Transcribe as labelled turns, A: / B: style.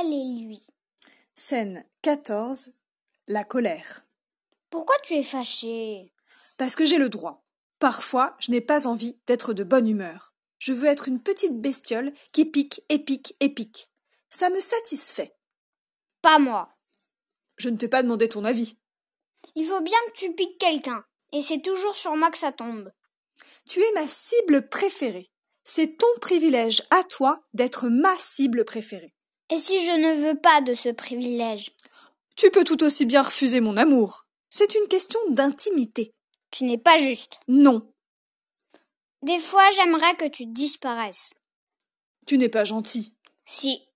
A: elle et lui.
B: Scène 14. La colère.
A: Pourquoi tu es fâché
B: Parce que j'ai le droit. Parfois, je n'ai pas envie d'être de bonne humeur. Je veux être une petite bestiole qui pique et pique et pique. Ça me satisfait.
A: Pas moi.
B: Je ne t'ai pas demandé ton avis.
A: Il faut bien que tu piques quelqu'un, et c'est toujours sur moi que ça tombe.
B: Tu es ma cible préférée. C'est ton privilège à toi d'être ma cible préférée.
A: Et si je ne veux pas de ce privilège
B: Tu peux tout aussi bien refuser mon amour. C'est une question d'intimité.
A: Tu n'es pas juste.
B: Non,
A: Des fois, j'aimerais que tu disparaisses.
B: tu n'es pas gentil.
A: Si,